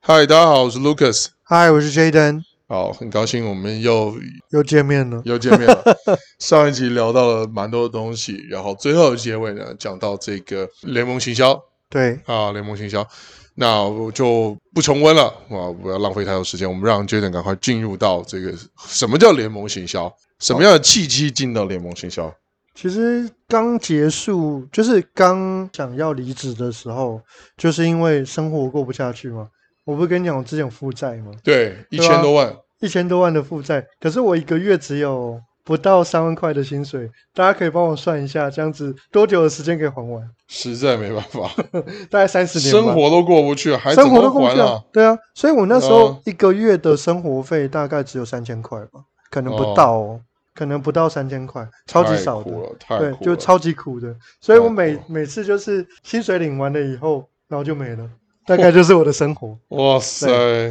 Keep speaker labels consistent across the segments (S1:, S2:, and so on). S1: 嗨，大家好，我是 Lucas。
S2: 嗨，我是 Jaden，
S1: 好，很高兴我们又
S2: 又见面了。
S1: 又见面 了。上一集聊到了蛮多的东西，然后最后的结尾呢，讲到这个联盟行销
S2: 对，
S1: 啊，联盟行销，那我就不重温了啊，不要浪费太多时间，我们让 Jaden 赶快进入到这个什么叫联盟行销，什么样的契机进到联盟行销？
S2: 其实刚结束，就是刚想要离职的时候，就是因为生活过不下去嘛。我不是跟你讲，我之前有负债吗？
S1: 对，一
S2: 对啊
S1: 千多万，
S2: 一千多万的负债，可是我一个月只有不到三万块的薪水，大家可以帮我算一下，这样子多久的时间可以还完？
S1: 实在没办 法，
S2: 大概三十年吧。
S1: 生活都过不去，还怎
S2: 生活都
S1: 么
S2: 过不
S1: 还
S2: 去
S1: 啊
S2: 啊？，对啊，所以我那时
S1: 嗯
S2: 候一个月的生活费大概只有三千块吧，可能
S1: 哦
S2: 不到哦，可能不到三千块，超级
S1: 太
S2: 少的
S1: 苦。了，太苦
S2: 对
S1: 了，，
S2: 就超级苦的。所以我每
S1: 苦
S2: 每次就是薪水领完了以后，然后就没了，大概就是我的生活。
S1: 哇塞，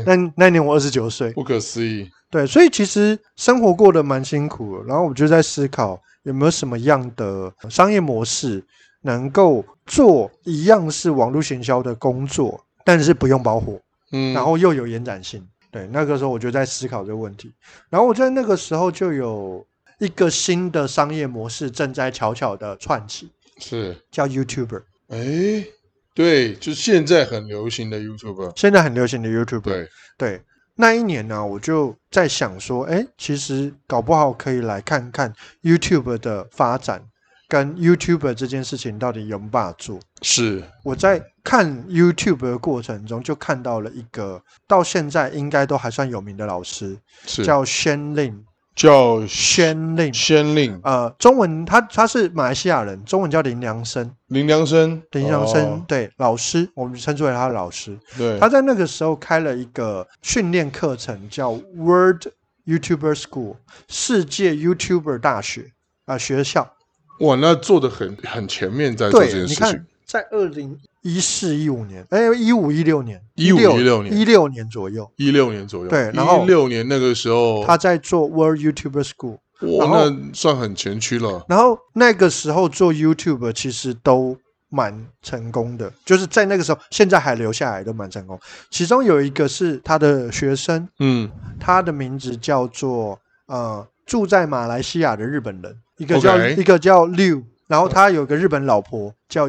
S2: 那那年我二十九岁，
S1: 不可思议，
S2: 对，所以其实生活过得蛮辛苦的。然后我就在思考有没有什么样的商业模式能够做一样是网络行销的工作，但是不用包火。
S1: 嗯，
S2: 然后又有延展性。对，那个时候我就在思考这个问题，然后我在那个时候就有一个新的商业模式正在悄悄的串起，
S1: 是。
S2: 叫 YouTuber，
S1: 哎，对，就是现在很流行的 YouTuber，
S2: 现在很流行的 YouTuber。
S1: 对，
S2: 对那一年呢，我就在想说，哎，其实搞不好可以来看看 YouTube 的发展，跟 YouTuber 这件事情到底有没有办法做。
S1: 是
S2: 我在看 YouTube 的过程中，就看到了一个到现在应该都还算有名的老师，
S1: 是
S2: 叫 Shen Lin，
S1: 叫
S2: 宣令，
S1: 先令
S2: 呃，中文他他是马来西亚人，中文叫林良生，
S1: 林良生，
S2: 林良生、
S1: 哦
S2: 对老师，我们称之为他的老师。
S1: 对，
S2: 他在那个时候开了一个训练课程，叫 World YouTuber School，世界 YouTuber 大学啊、学校。
S1: 哇，那做的很很前面在做这
S2: 对，
S1: 件
S2: 你
S1: 事情
S2: 看，，在二零一四一五年，哎，一五一六年，
S1: 15 16年
S2: 一六年左右，
S1: 一六年左右，
S2: 对然后
S1: 一六年那个时候，
S2: 他在做 World YouTuber School。然
S1: 哇，
S2: 后
S1: 那算很前驱了，
S2: 然后那个时候做 YouTube 其实都蛮成功的，就是在那个时候，现在还留下来都蛮成功。其中有一个是他的学生，
S1: 嗯，
S2: 他的名字叫做呃住在马来西亚的日本人，一个叫
S1: OK 嗯
S2: 一个叫 Liu，然后他有个日本老婆叫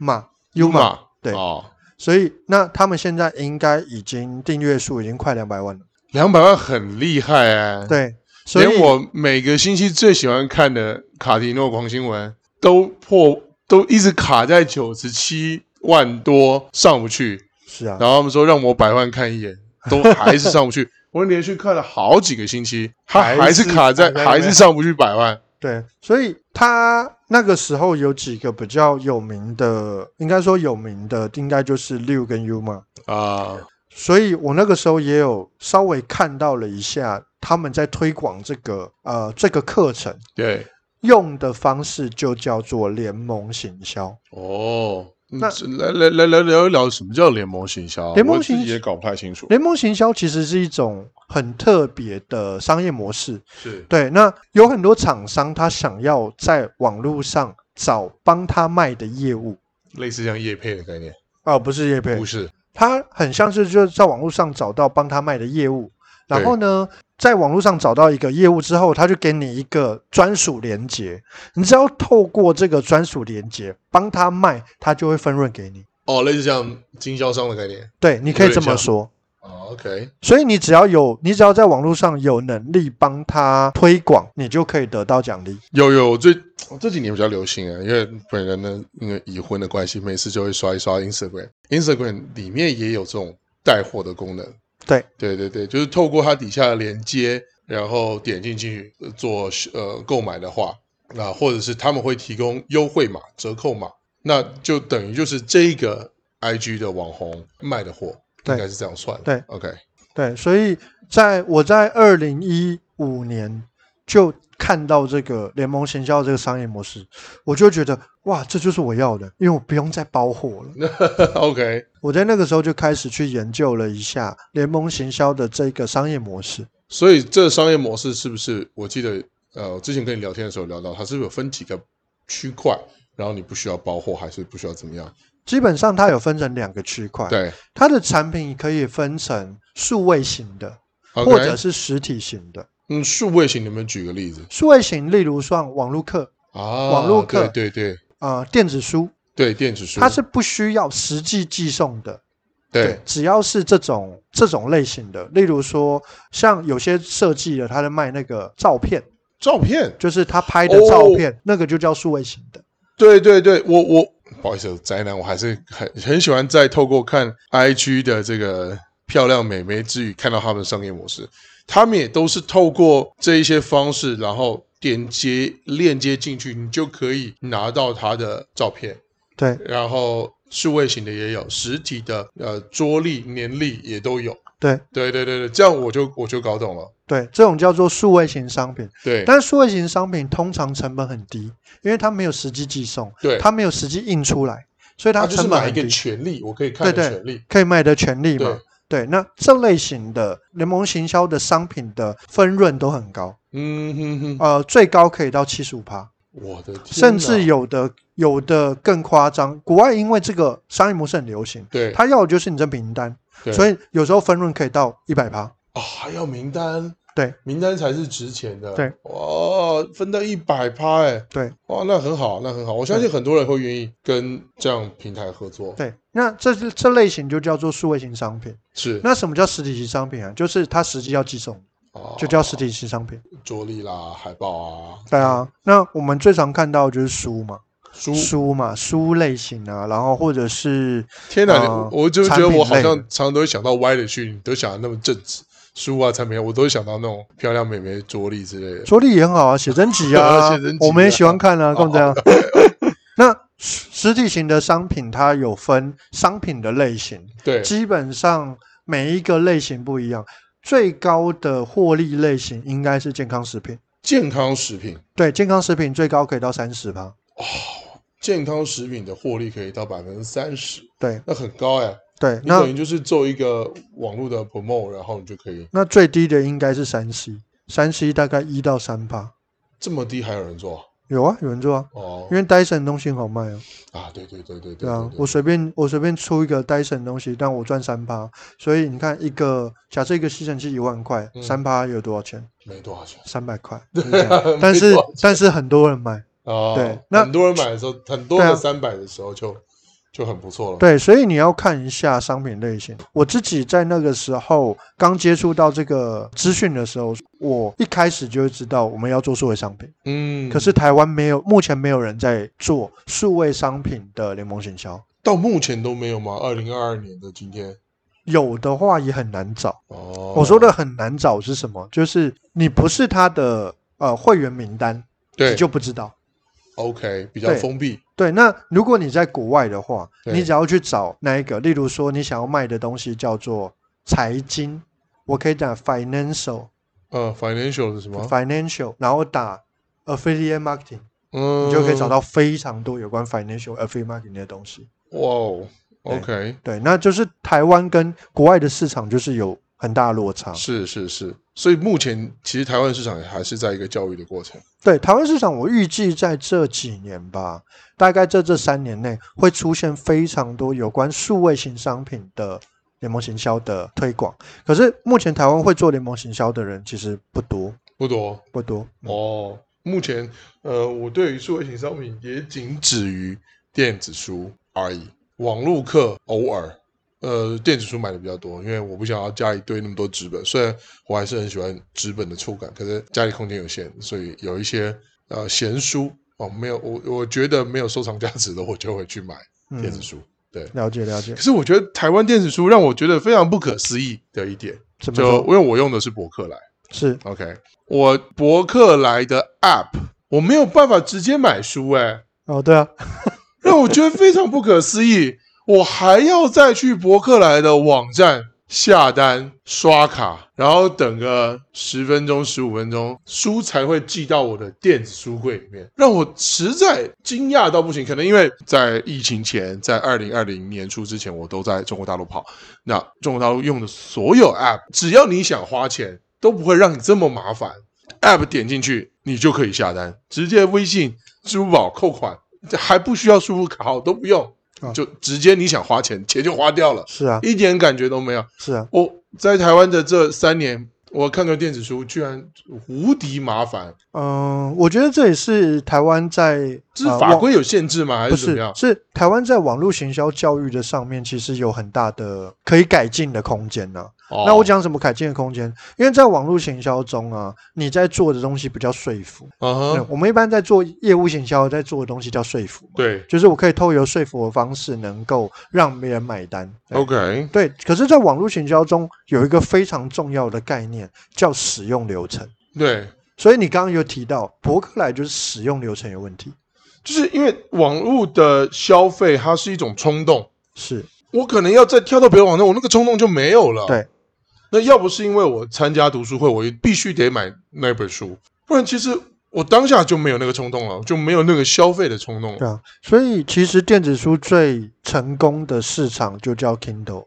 S2: Yuma Yuma，
S1: 嘛，
S2: 对
S1: 啊，
S2: 所以那他们现在应该已经订阅数已经快两百万了，
S1: 两百万很厉害哎，，
S2: 对，所以
S1: 连我每个星期最喜欢看的卡迪诺狂新闻都破，都一直卡在九十七万多上不去，
S2: 是啊，
S1: 然后他们说让我百万看一眼，都还是上不 去。我连续看了好几个星期，他
S2: 还
S1: 还是
S2: 是
S1: 卡在
S2: 卡，在那
S1: 还
S2: 边
S1: 是上不去百万。
S2: 对，所以他那个时候有几个比较有名的，应该说有名的，应该就是六跟 U 嘛。
S1: 啊，
S2: 所以我那个时候也有稍微看到了一下他们在推广这个呃这个课程
S1: 对，
S2: 用的方式，就叫做联盟行销。
S1: 哦，那
S2: 那
S1: 来来来来聊一聊什么叫联盟行销啊？
S2: 联盟
S1: 我自己
S2: 行
S1: 也搞不太清楚。
S2: 联盟行销其实是一种很特别的商业模式，
S1: 是，
S2: 对，那有很多厂商他想要在网络上找帮他卖的业务，
S1: 类似像叶配的概念，
S2: 啊，不是业配，
S1: 不是？
S2: 他很像是就是在网络上找到帮他卖的业务，
S1: 对
S2: 然后呢，在网络上找到一个业务之后，他就给你一个专属连接，你只要透过这个专属连接帮他卖，他就会分润给你。
S1: 哦，类似像经销商的概念。
S2: 对，你可以
S1: 有
S2: 这
S1: 点像
S2: 么说。
S1: 哦，OK，
S2: 所以你只要有，你只要在网络上有能力帮他推广，你就可以得到奖励。
S1: 有有，我最我这几年比较流行啊，因为本人呢，因为已婚的关系，每次就会刷一刷 Instagram，Instagram 里面也有这种带货的功能。
S2: 对
S1: 对对对，就是透过它底下的连接，然后点进去呃做呃购买的话，那或者是他们会提供优惠码、折扣码，那就等于就是这个 IG 的网红卖的货，
S2: 对
S1: 应该是这样算的。
S2: 对
S1: ，OK，
S2: 对，所以在我在二零一五年就看到这个联盟行销这个商业模式，我就觉得哇，这就是我要的，因为我不用再包货了。
S1: OK，
S2: 我在那个时候就开始去研究了一下联盟行销的这个商业模式。
S1: 所以这商业模式是不是？我记得呃，我之前跟你聊天的时候聊到，它是不是有分几个区块？然后你不需要包货，还是不需要怎么样？
S2: 基本上它有分成两个区块，
S1: 对
S2: 它的产品可以分成数位型的
S1: ，OK，
S2: 或者是实体型的。
S1: 嗯，数位型，你们举个例子
S2: 数位型，例如像网络课、
S1: 啊，
S2: 网络课
S1: 对对对
S2: 啊、电子书，
S1: 对，电子书，
S2: 它是不需要实际寄送的。
S1: 对，
S2: 只要是这种这种类型的，例如说像有些设计的，他在卖那个照片，
S1: 照片，
S2: 就是他拍的照
S1: 哦
S2: 片，那个就叫数位型的。
S1: 对对对，我我不好意思，宅男，我还是很很喜欢在透过看 IG 的这个漂亮美眉之余，看到他们的商业模式。他们也都是透过这一些方式，然后连接链接进去，你就可以拿到他的照片。
S2: 对，
S1: 然后数位型的也有，实体的呃桌历、年历也都有。
S2: 对
S1: 对对对对，这样我就我就搞懂了。
S2: 对，这种叫做数位型商品。
S1: 对
S2: 但数位型商品通常成本很低，因为它没有实际寄送，
S1: 对，
S2: 它没有实际印出来，所以
S1: 他
S2: 它
S1: 就是
S2: 成本
S1: 买一
S2: 很低
S1: 个，权利，我可以看
S2: 对
S1: 的
S2: 对
S1: 权利。
S2: 可以卖的权利嘛。对，那这类型的联盟行销的商品的分润都很高，
S1: 嗯哼哼，
S2: 呃，最高可以到七十五趴。
S1: 我的天哪，
S2: 甚至有的有的更夸张，国外因为这个商业模式很流行，
S1: 对
S2: 他要的就是你这名单，
S1: 对
S2: 所以有时候分润可以到一百趴。
S1: 啊，还要名单，
S2: 对，
S1: 名单才是值钱的。
S2: 对，
S1: 哇，分到一百趴，哎，
S2: 对，
S1: 哇，那很好，那很好，我相信很多人会愿意跟这样平台合作。
S2: 对，那这是这类型就叫做数位型商品。
S1: 是，
S2: 那什么叫实体型商品啊？就是它实际要寄送，
S1: 啊
S2: 就叫实体型商品。
S1: 桌历啦、海报啊，
S2: 对啊，那我们最常看到的就是书嘛，
S1: 书。
S2: 书嘛，书类型啊，然后或者是
S1: 天哪，
S2: 啊
S1: 我我就觉得我好
S2: 产品
S1: 像
S2: 类
S1: 常常都会想到歪的去，你都想的那么正直。书啊，产品，我都会想到那种漂亮美眉、桌历之类的。
S2: 着力也很好啊，写真集 啊，
S1: 写真集啊哦
S2: 我们也喜欢看啊，更这样。 那实实体型的商品，它有分商品的类型，
S1: 对，
S2: 基本上每一个类型不一样。最高的获利类型应该是健康食品，
S1: 健康食品，
S2: 对，健康食品最高可以到三十趴，
S1: 健康食品的获利可以到百分之三十，
S2: 对
S1: 那很高哎、
S2: 对。
S1: 你
S2: 那
S1: 等于就是做一个网络的 promo，然后你就可以
S2: 那最低的应该是三 C，三 C 大概一到三趴，
S1: 这么低还有人做啊
S2: 有啊，有人做啊，
S1: 哦
S2: 因为 Dyson 的东西很好卖啊。
S1: 啊，对对对对对
S2: 对啊，
S1: 对
S2: 我随便我随便出一个 Dyson 的东西，但我赚三趴，所以你看一个假设一个吸尘器一万块，
S1: 嗯
S2: 三趴有多少钱？
S1: 没多少钱
S2: 三百 块，就是这样但
S1: 没
S2: 是
S1: 多少钱
S2: 但是很多人买，
S1: 哦，
S2: 对那
S1: 很多人买的时候，很多
S2: 对啊
S1: 的三百的时候就就很不错了，
S2: 对，所以你要看一下商品类型。我自己在那个时候刚接触到这个资讯的时候，我一开始就会知道我们要做数位商品，
S1: 嗯，
S2: 可是台湾没有，目前没有人在做数位商品的联盟行销，
S1: 到目前都没有吗？二零二二年的今天
S2: 有的话也很难找。
S1: 哦，
S2: 我说的很难找是什么？就是你不是他的呃会员名单，
S1: 对
S2: 你就不知道。
S1: OK 比较
S2: 对
S1: 封闭，
S2: 对，那如果你在国外的话，
S1: 对
S2: 你只要去找那一个，例如说你想要卖的东西叫做财经，我可以打 financial
S1: 呃，financial 是什么？
S2: financial，然后打 affiliate marketing，
S1: 嗯，
S2: 你就可以找到非常多有关 financial affiliate marketing 的东西。
S1: 哇哦
S2: 对
S1: ，OK，
S2: 对，那就是台湾跟国外的市场就是有很大的落差。
S1: 是是是，所以目前其实台湾市场还是在一个教育的过程，
S2: 对台湾市场，我预计在这几年吧，大概在这三年内会出现非常多有关数位型商品的联盟行销的推广。可是目前台湾会做联盟行销的人其实不多，
S1: 不多，
S2: 不多。
S1: 哦，目前呃，我对于数位型商品也仅止于电子书而已，网络课偶尔，呃，电子书买的比较多，因为我不想要家里堆那么多纸本，虽然我还是很喜欢纸本的触感，可是家里空间有限，所以有一些呃闲书哦，没有我我觉得没有收藏价值的，我就会去买电
S2: 嗯
S1: 子，书。
S2: 了解了解
S1: 可。是我觉得台湾电子书让我觉得非常不可思议的一点，
S2: 怎么
S1: 就
S2: 说
S1: 因？为我用的是博客来。
S2: 是
S1: OK，我博客来的 App 我没有办法直接买书、欸，哎，
S2: 哦，对啊，
S1: 让我觉得非常不可思议。我还要再去博客来的网站下单刷卡，然后等个十分钟、十五分钟，书才会寄到我的电子书柜里面，让我实在惊讶到不行。可能因为在疫情前，在二零二零年初之前，我都在中国大陆跑，那中国大陆用的所有 App，只要你想花钱，都不会让你这么麻烦。App 点进去，你就可以下单，直接微信、支付宝扣款，这还不需要输入卡号，都不用。
S2: 啊
S1: 就直接你想花钱，钱就花掉了，
S2: 是啊，
S1: 一点感觉都没有。
S2: 是啊，
S1: 我在台湾的这三年，我看个电子书居然无敌麻烦，
S2: 嗯、我觉得这也是台湾在
S1: 是
S2: 呃
S1: 法
S2: 网
S1: 规有限制吗？还
S2: 不
S1: 是怎么
S2: 是
S1: 样？
S2: 是台湾在网络行销教育的上面，其实有很大的可以改进的空间呢、
S1: 哦
S2: 那我讲什么改进的空间？因为在网络行销中啊，你在做的东西不叫说服。
S1: 啊
S2: 嗯
S1: 哈，
S2: 我们一般在做业务行销，在做的东西叫说服嘛，
S1: 对
S2: 就是我可以透由说服的方式，能够让别人买单。对
S1: ，OK，
S2: 对，可是，在网络行销中有一个非常重要的概念，叫使用流程。
S1: 对，
S2: 所以你刚刚有提到博客来就是使用流程有问题，
S1: 就是因为网络的消费，它是一种冲动。
S2: 是
S1: 我可能要再跳到别的网站，我那个冲动就没有了。
S2: 对，
S1: 那要不是因为我参加读书会，我必须得买那本书，不然其实我当下就没有那个冲动了，就没有那个消费的冲动了。
S2: 对啊。所以其实电子书最成功的市场就叫 Kindle，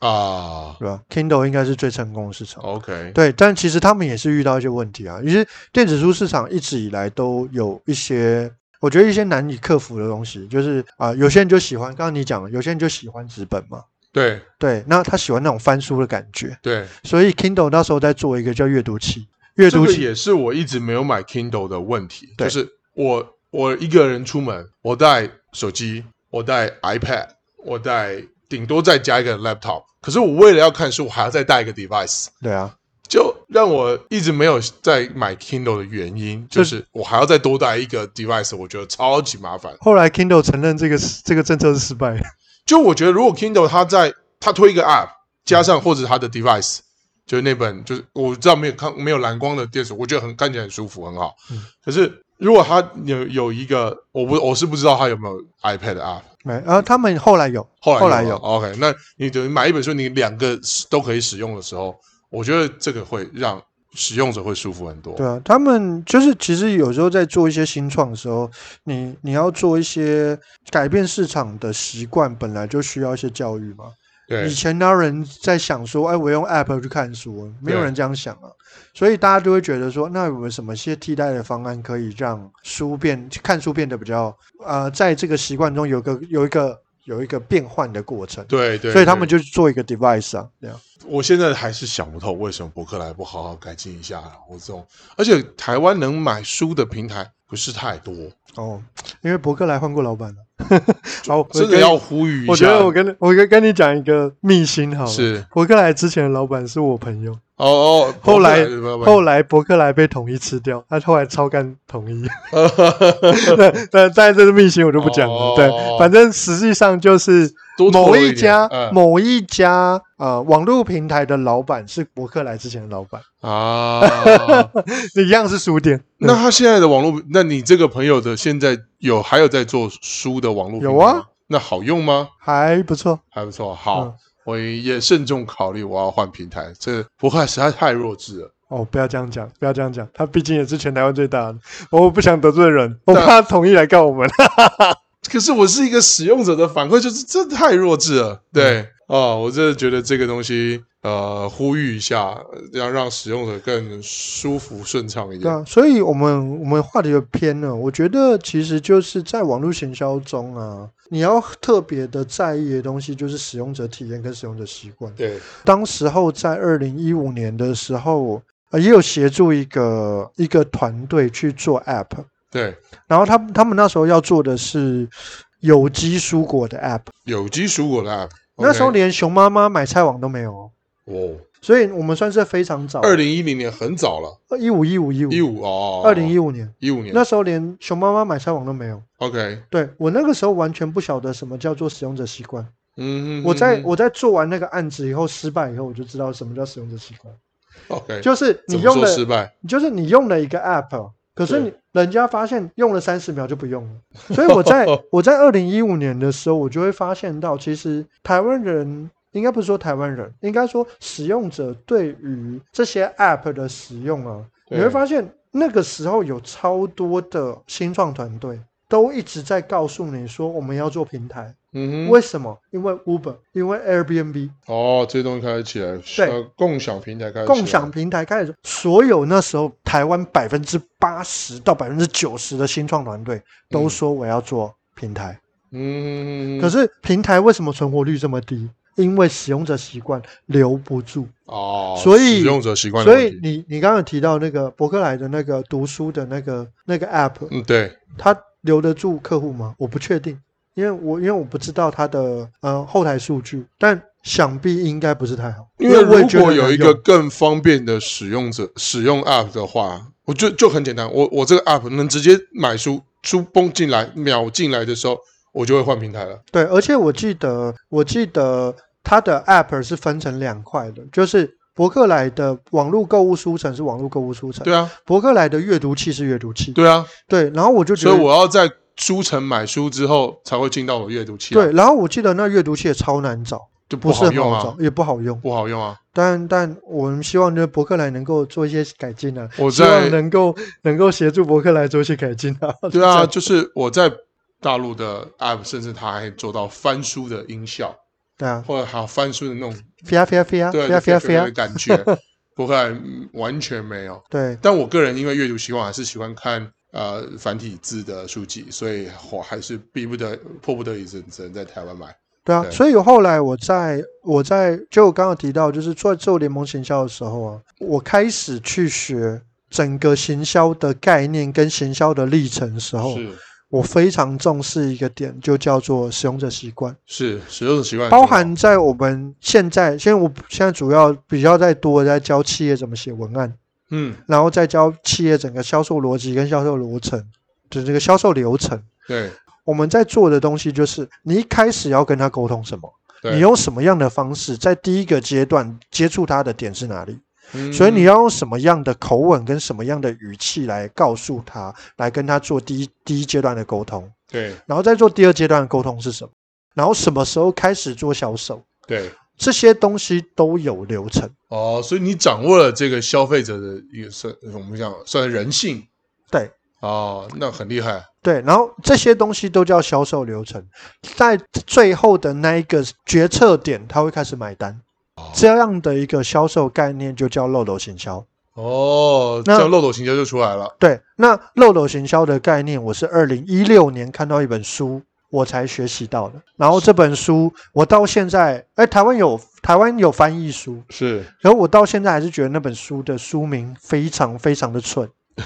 S1: 啊
S2: 对吧？Kindle 应该是最成功的市场。
S1: ，OK，
S2: 对，但其实他们也是遇到一些问题啊。其实电子书市场一直以来都有一些，我觉得一些难以克服的东西，就是啊、有些人就喜欢，刚刚你讲了，有些人就喜欢纸本嘛，
S1: 对
S2: 对，那他喜欢那种翻书的感觉，
S1: 对，
S2: 所以 Kindle 那时候在做一个叫阅读器，阅
S1: 这
S2: 读
S1: 个
S2: 器，
S1: 也是我一直没有买 Kindle 的问题，
S2: 对
S1: 就是我我一个人出门，我带手机，我带 iPad，我带顶多再加一个 laptop，可是我为了要看书，我还要再带一个 device。
S2: 对啊，
S1: 就让我一直没有在买 Kindle 的原因，
S2: 这
S1: 就是我还要再多带一个 device，我觉得超级麻烦。
S2: 后来 Kindle 承认这个这个政策是失败的，
S1: 就我觉得，如果 Kindle 它在它推一个 app，加上或者它的 device，就是那本就是我知道没有看没有蓝光的电子，我觉得很看起来很舒服，很好。
S2: 嗯
S1: 可是如果它有有一个，我不我是不知道它有没有 iPad 的 app。
S2: 没，然、后他们后来有，
S1: 后来
S2: 后来
S1: 有
S2: 有
S1: 了 OK，那你等于买一本书，你两个都可以使用的时候，我觉得这个会让使用者会舒服很多。
S2: 对啊，他们就是其实有时候在做一些新创的时候，你你要做一些改变市场的习惯，本来就需要一些教育嘛。
S1: 对
S2: 以前哪有人在想说，哎，我用 App 去看书，没有
S1: 对
S2: 人这样想啊，所以大家就会觉得说，那有没有什么一些替代的方案可以让书变看书变得比较呃，在这个习惯中有个有一个有一个变换的过程，
S1: 对对，
S2: 所以他
S1: 对
S2: 们就做一个 device 啊，这样
S1: 我现在还是想不透为什么博客来不好好改进一下我这种，而且台湾能买书的平台不是太多，
S2: 哦，因为博客来换过老板了， 好，我
S1: 真的
S2: 跟
S1: 要呼吁一下。
S2: 我觉得我跟我跟跟你讲一个秘辛好了，
S1: 是
S2: 博客来之前的老板是我朋友，
S1: 哦哦，
S2: 后来后
S1: 后
S2: 来博客来被统一吃掉，他后来超干统一，
S1: 来
S2: 对，但但这是秘辛我就不讲了，
S1: 哦
S2: 对，反正实际上就是
S1: 多透露
S2: 某
S1: 一
S2: 一
S1: 点
S2: 家
S1: 嗯
S2: 某一家呃网络平台的老板是博客来之前的老板，
S1: 啊，
S2: 一样是书店，
S1: 那他现在的网络，那你这个朋友的现在有还有在做书的网络？
S2: 有啊，
S1: 那好用吗？
S2: 还不错，
S1: 还不错，好，
S2: 嗯
S1: 我也慎重考虑我要换平台，这博客来实在太弱智了。
S2: 哦，不要这样讲，不要这样讲，他毕竟也是全台湾最大的，哦我不想得罪人，我
S1: 啊
S2: 怕统一来告我们。
S1: 可是我是一个使用者的反馈，就是这太弱智了。对
S2: 嗯
S1: 啊、我真的觉得这个东西，呃，呼吁一下，呃要让使用者更舒服顺畅一
S2: 对
S1: 点。
S2: 啊，所以我们我们话题就偏了。我觉得其实就是在网络行销中啊，你要特别的在意的东西就是使用者体验跟使用者习惯。
S1: 对，
S2: 当时候在二零一五年的时候，呃，也有协助一个一个团队去做 App，
S1: 对，
S2: 然后他们他们那时候要做的是有机蔬果的 App，
S1: 有机蔬果的 app，
S2: 那时候
S1: OK
S2: 连熊妈妈买菜网都没有哦，
S1: 哦，
S2: 所以我们算是非常早，
S1: 二零一零年很早了，
S2: 一五一五一
S1: 一
S2: 五
S1: 五哦，
S2: 二零一五年，
S1: 一五年
S2: 那时候连熊妈妈买菜网都没有。
S1: ，OK，
S2: 对我那个时候完全不晓得什么叫做使用者习惯。
S1: 嗯哼哼哼，
S2: 我在我在做完那个案子以后失败以后，我就知道什么叫使用者习惯，
S1: OK，
S2: 就是
S1: 怎
S2: 你
S1: 么
S2: 用
S1: 做失
S2: 了，
S1: 败？
S2: 就是你用了一个 app，可是
S1: 对
S2: 你人家发现用了三十秒就不用了。所以 我在我在二零一五年的时候，我就会发现到，其实台湾人。应该不是说台湾人，应该说使用者对于这些 App 的使用啊，你会
S1: 对
S2: 发现那个时候有超多的新创团队都一直在告诉你说我们要做平台，
S1: 嗯哼，
S2: 为什么？因为 Uber，因为 Airbnb，
S1: 哦，这东西开始起来，
S2: 对
S1: 呃，共享平台开始起来，
S2: 共享平台开始，所有那时候台湾百分之八十到百分之九十的新创团队都说我要做平台，
S1: 嗯，
S2: 可是平台为什么存活率这么低？因为使用者习惯留不住，
S1: 哦，
S2: 所以
S1: 使用者习惯的
S2: 所
S1: 问
S2: 以
S1: 题，
S2: 你你刚刚有提到那个伯克莱的那个读书的那个那个 app，
S1: 嗯，对，
S2: 它留得住客户吗？我不确定，因为我因为我不知道它的呃后台数据，但想必应该不是太好。
S1: 因
S2: 为
S1: 为
S2: 我也
S1: 如
S2: 觉得
S1: 果
S2: 很
S1: 有一
S2: 难
S1: 个
S2: 用
S1: 更方便的使用者使用 App 的话，我就就很简单，我我这个 App 能直接买书，书蹦进来秒进来的时候，我就会换平台了。
S2: 对，而且我记得我记得它的 app 是分成两块的，就是伯克莱的网络购物书城是网络购物书城，
S1: 对啊，
S2: 伯克莱的阅读器是阅读器。
S1: 对啊，
S2: 对，然后我就觉
S1: 所以
S2: 得
S1: 我要在书城买书之后才会进到我阅读器、啊，
S2: 对，然后我记得那阅读器也超难找，
S1: 就不
S2: 不是
S1: 好
S2: 很
S1: 用
S2: 好
S1: 啊
S2: 找，，也不好用。
S1: 不好用啊。
S2: 但但我们希望就是伯克莱能够做一些改进啊，
S1: 我
S2: 希望
S1: 在
S2: 能够能够协助伯克莱做一些改进啊。
S1: 对啊，就是我在大陆的 App，甚至它还做到翻书的音效，
S2: 对啊，
S1: 或者还有翻书的那种
S2: 飞啊呀飞呀飞呀
S1: 对啊
S2: 飞呀飞呀飞啊呀
S1: 的，感觉， 不会嗯完全没有。
S2: 对
S1: 但我个人因为阅读习惯还是喜欢看呃繁体字的书籍，所以我还是逼不得迫不得已只只能在台湾买。
S2: 对啊。
S1: 对
S2: 所以后来我在我在就我刚刚提到，就是做做联盟行销的时候啊，我开始去学整个行销的概念跟行销的历程的时候，
S1: 是
S2: 我非常重视一个点，就叫做使用者习惯。
S1: 是，使用习惯
S2: 包含在我们现在，现在我现在主要比较在多在教企业怎么写文案，
S1: 嗯
S2: 然后再教企业整个销售逻辑跟销售流程就是这个销售流程。
S1: 对
S2: 我们在做的东西就是，你一开始要跟他沟通什么，
S1: 对，
S2: 你用什么样的方式，在第一个阶段接触他的点是哪里，
S1: 嗯
S2: 所以你要用什么样的口吻跟什么样的语气来告诉他，来跟他做第一第一阶段的沟通，
S1: 对
S2: 然后再做第二阶段的沟通是什么，然后什么时候开始做销售。
S1: 对
S2: 这些东西都有流程。
S1: 哦，所以你掌握了这个消费者的也算我们讲算是人性
S2: 对
S1: 哦，那很厉害。
S2: 对，然后这些东西都叫销售流程，在最后的那一个决策点，他会开始买单。这样的一个销售概念就叫漏斗行销。
S1: 哦，这
S2: 那
S1: 样漏斗行销就出来了。
S2: 对，那漏斗行销的概念，我是二零一六年看到一本书，我才学习到的。然后这本书，我到现在，哎，台湾有台湾有翻译书，
S1: 是
S2: 然后我到现在还是觉得那本书的书名非常非常的蠢，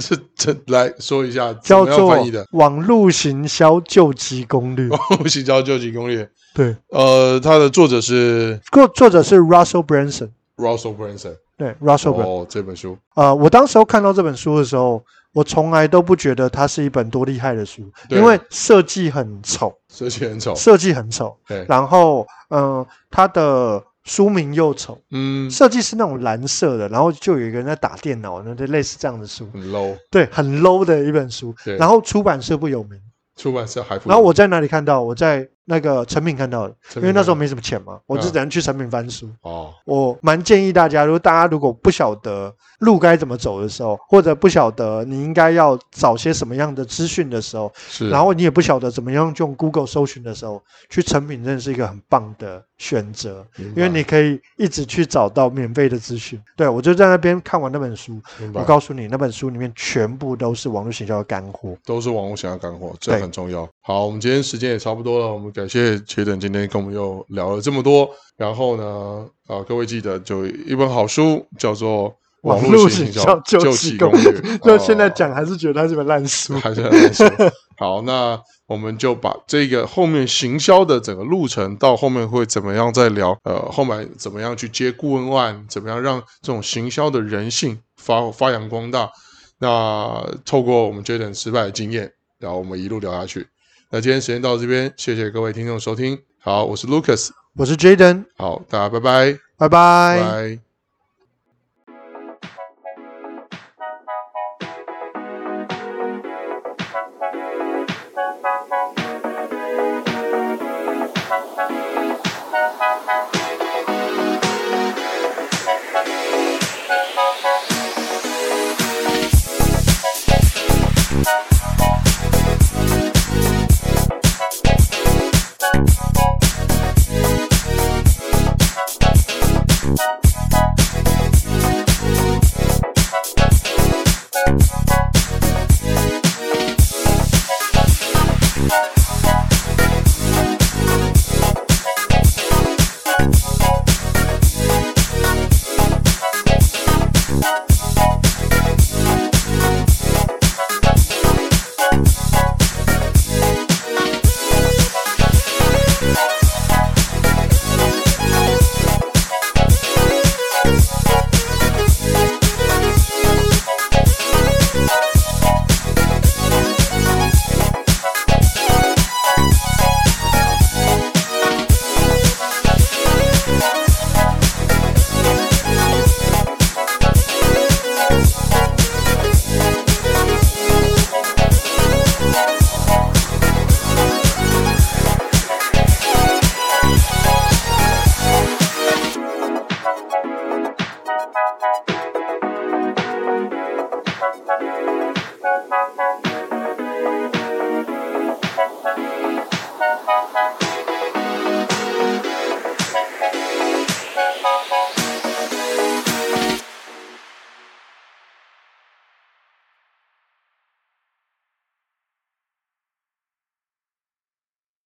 S1: 是这来说一下怎
S2: 叫
S1: 么样
S2: 做
S1: 翻译的 哦
S2: 《网路行销救急攻略》。
S1: 《行销救急攻略》。
S2: 对，
S1: 呃，它的作者是
S2: 作作者是 Russell Branson，
S1: Russell Brunson。
S2: 对 Russell Branson。
S1: 哦，这本书
S2: 呃，我当时候看到这本书的时候，我从来都不觉得它是一本多厉害的书，
S1: 对哦
S2: 因为设计很丑，
S1: 设计很丑。
S2: 设计很丑，
S1: 对，
S2: 然后嗯，它的书名又丑，
S1: 嗯，
S2: 设计是那种蓝色的，然后就有一个人在打电脑，那就类似这样的书，
S1: 很 low。
S2: 对，很 low 的一本书
S1: 对。
S2: 然后出版社不有名，
S1: 出版社还不。
S2: 然后我在哪里看到？我在那个成品看到的，因为那时候没什么钱嘛，我就
S1: 嗯
S2: 只能去成品翻书。
S1: 哦，
S2: 我蛮建议大家，如果大家如果不晓得路该怎么走的时候，或者不晓得你应该要找些什么样的资讯的时候，
S1: 是。
S2: 然后你也不晓得怎么样用 Google 搜寻的时候，去成品真的是一个很棒的选择，
S1: 明白，
S2: 因为你可以一直去找到免费的资讯。对我就在那边看完那本书，
S1: 明
S2: 我
S1: 白
S2: 告诉你，那本书里面全部都是网络行销的干货。
S1: 都是网络想要干货，这
S2: 对
S1: 很重要。好，我们今天时间也差不多了，我们感谢杰等今天跟我们又聊了这么多。然后呢，啊，各位记得就一本好书叫做《网络行销
S2: 救
S1: 急
S2: 急
S1: 攻
S2: 攻
S1: 略》
S2: 略， 那现在
S1: 哦
S2: 讲还是觉得它是本烂书。
S1: 还是很难说。好，那我们就把这个后面行销的整个路程到后面会怎么样再聊。呃，后面怎么样去接顾问案，怎么样让这种行销的人性发发扬光大。那透过我们 Jaden 失败的经验，然后我们一路聊下去。那今天时间到这边，谢谢各位听众收听。好，我是 Lucas。
S2: 我是 Jaden，
S1: 好，大家拜拜，
S2: 拜拜。
S1: 拜。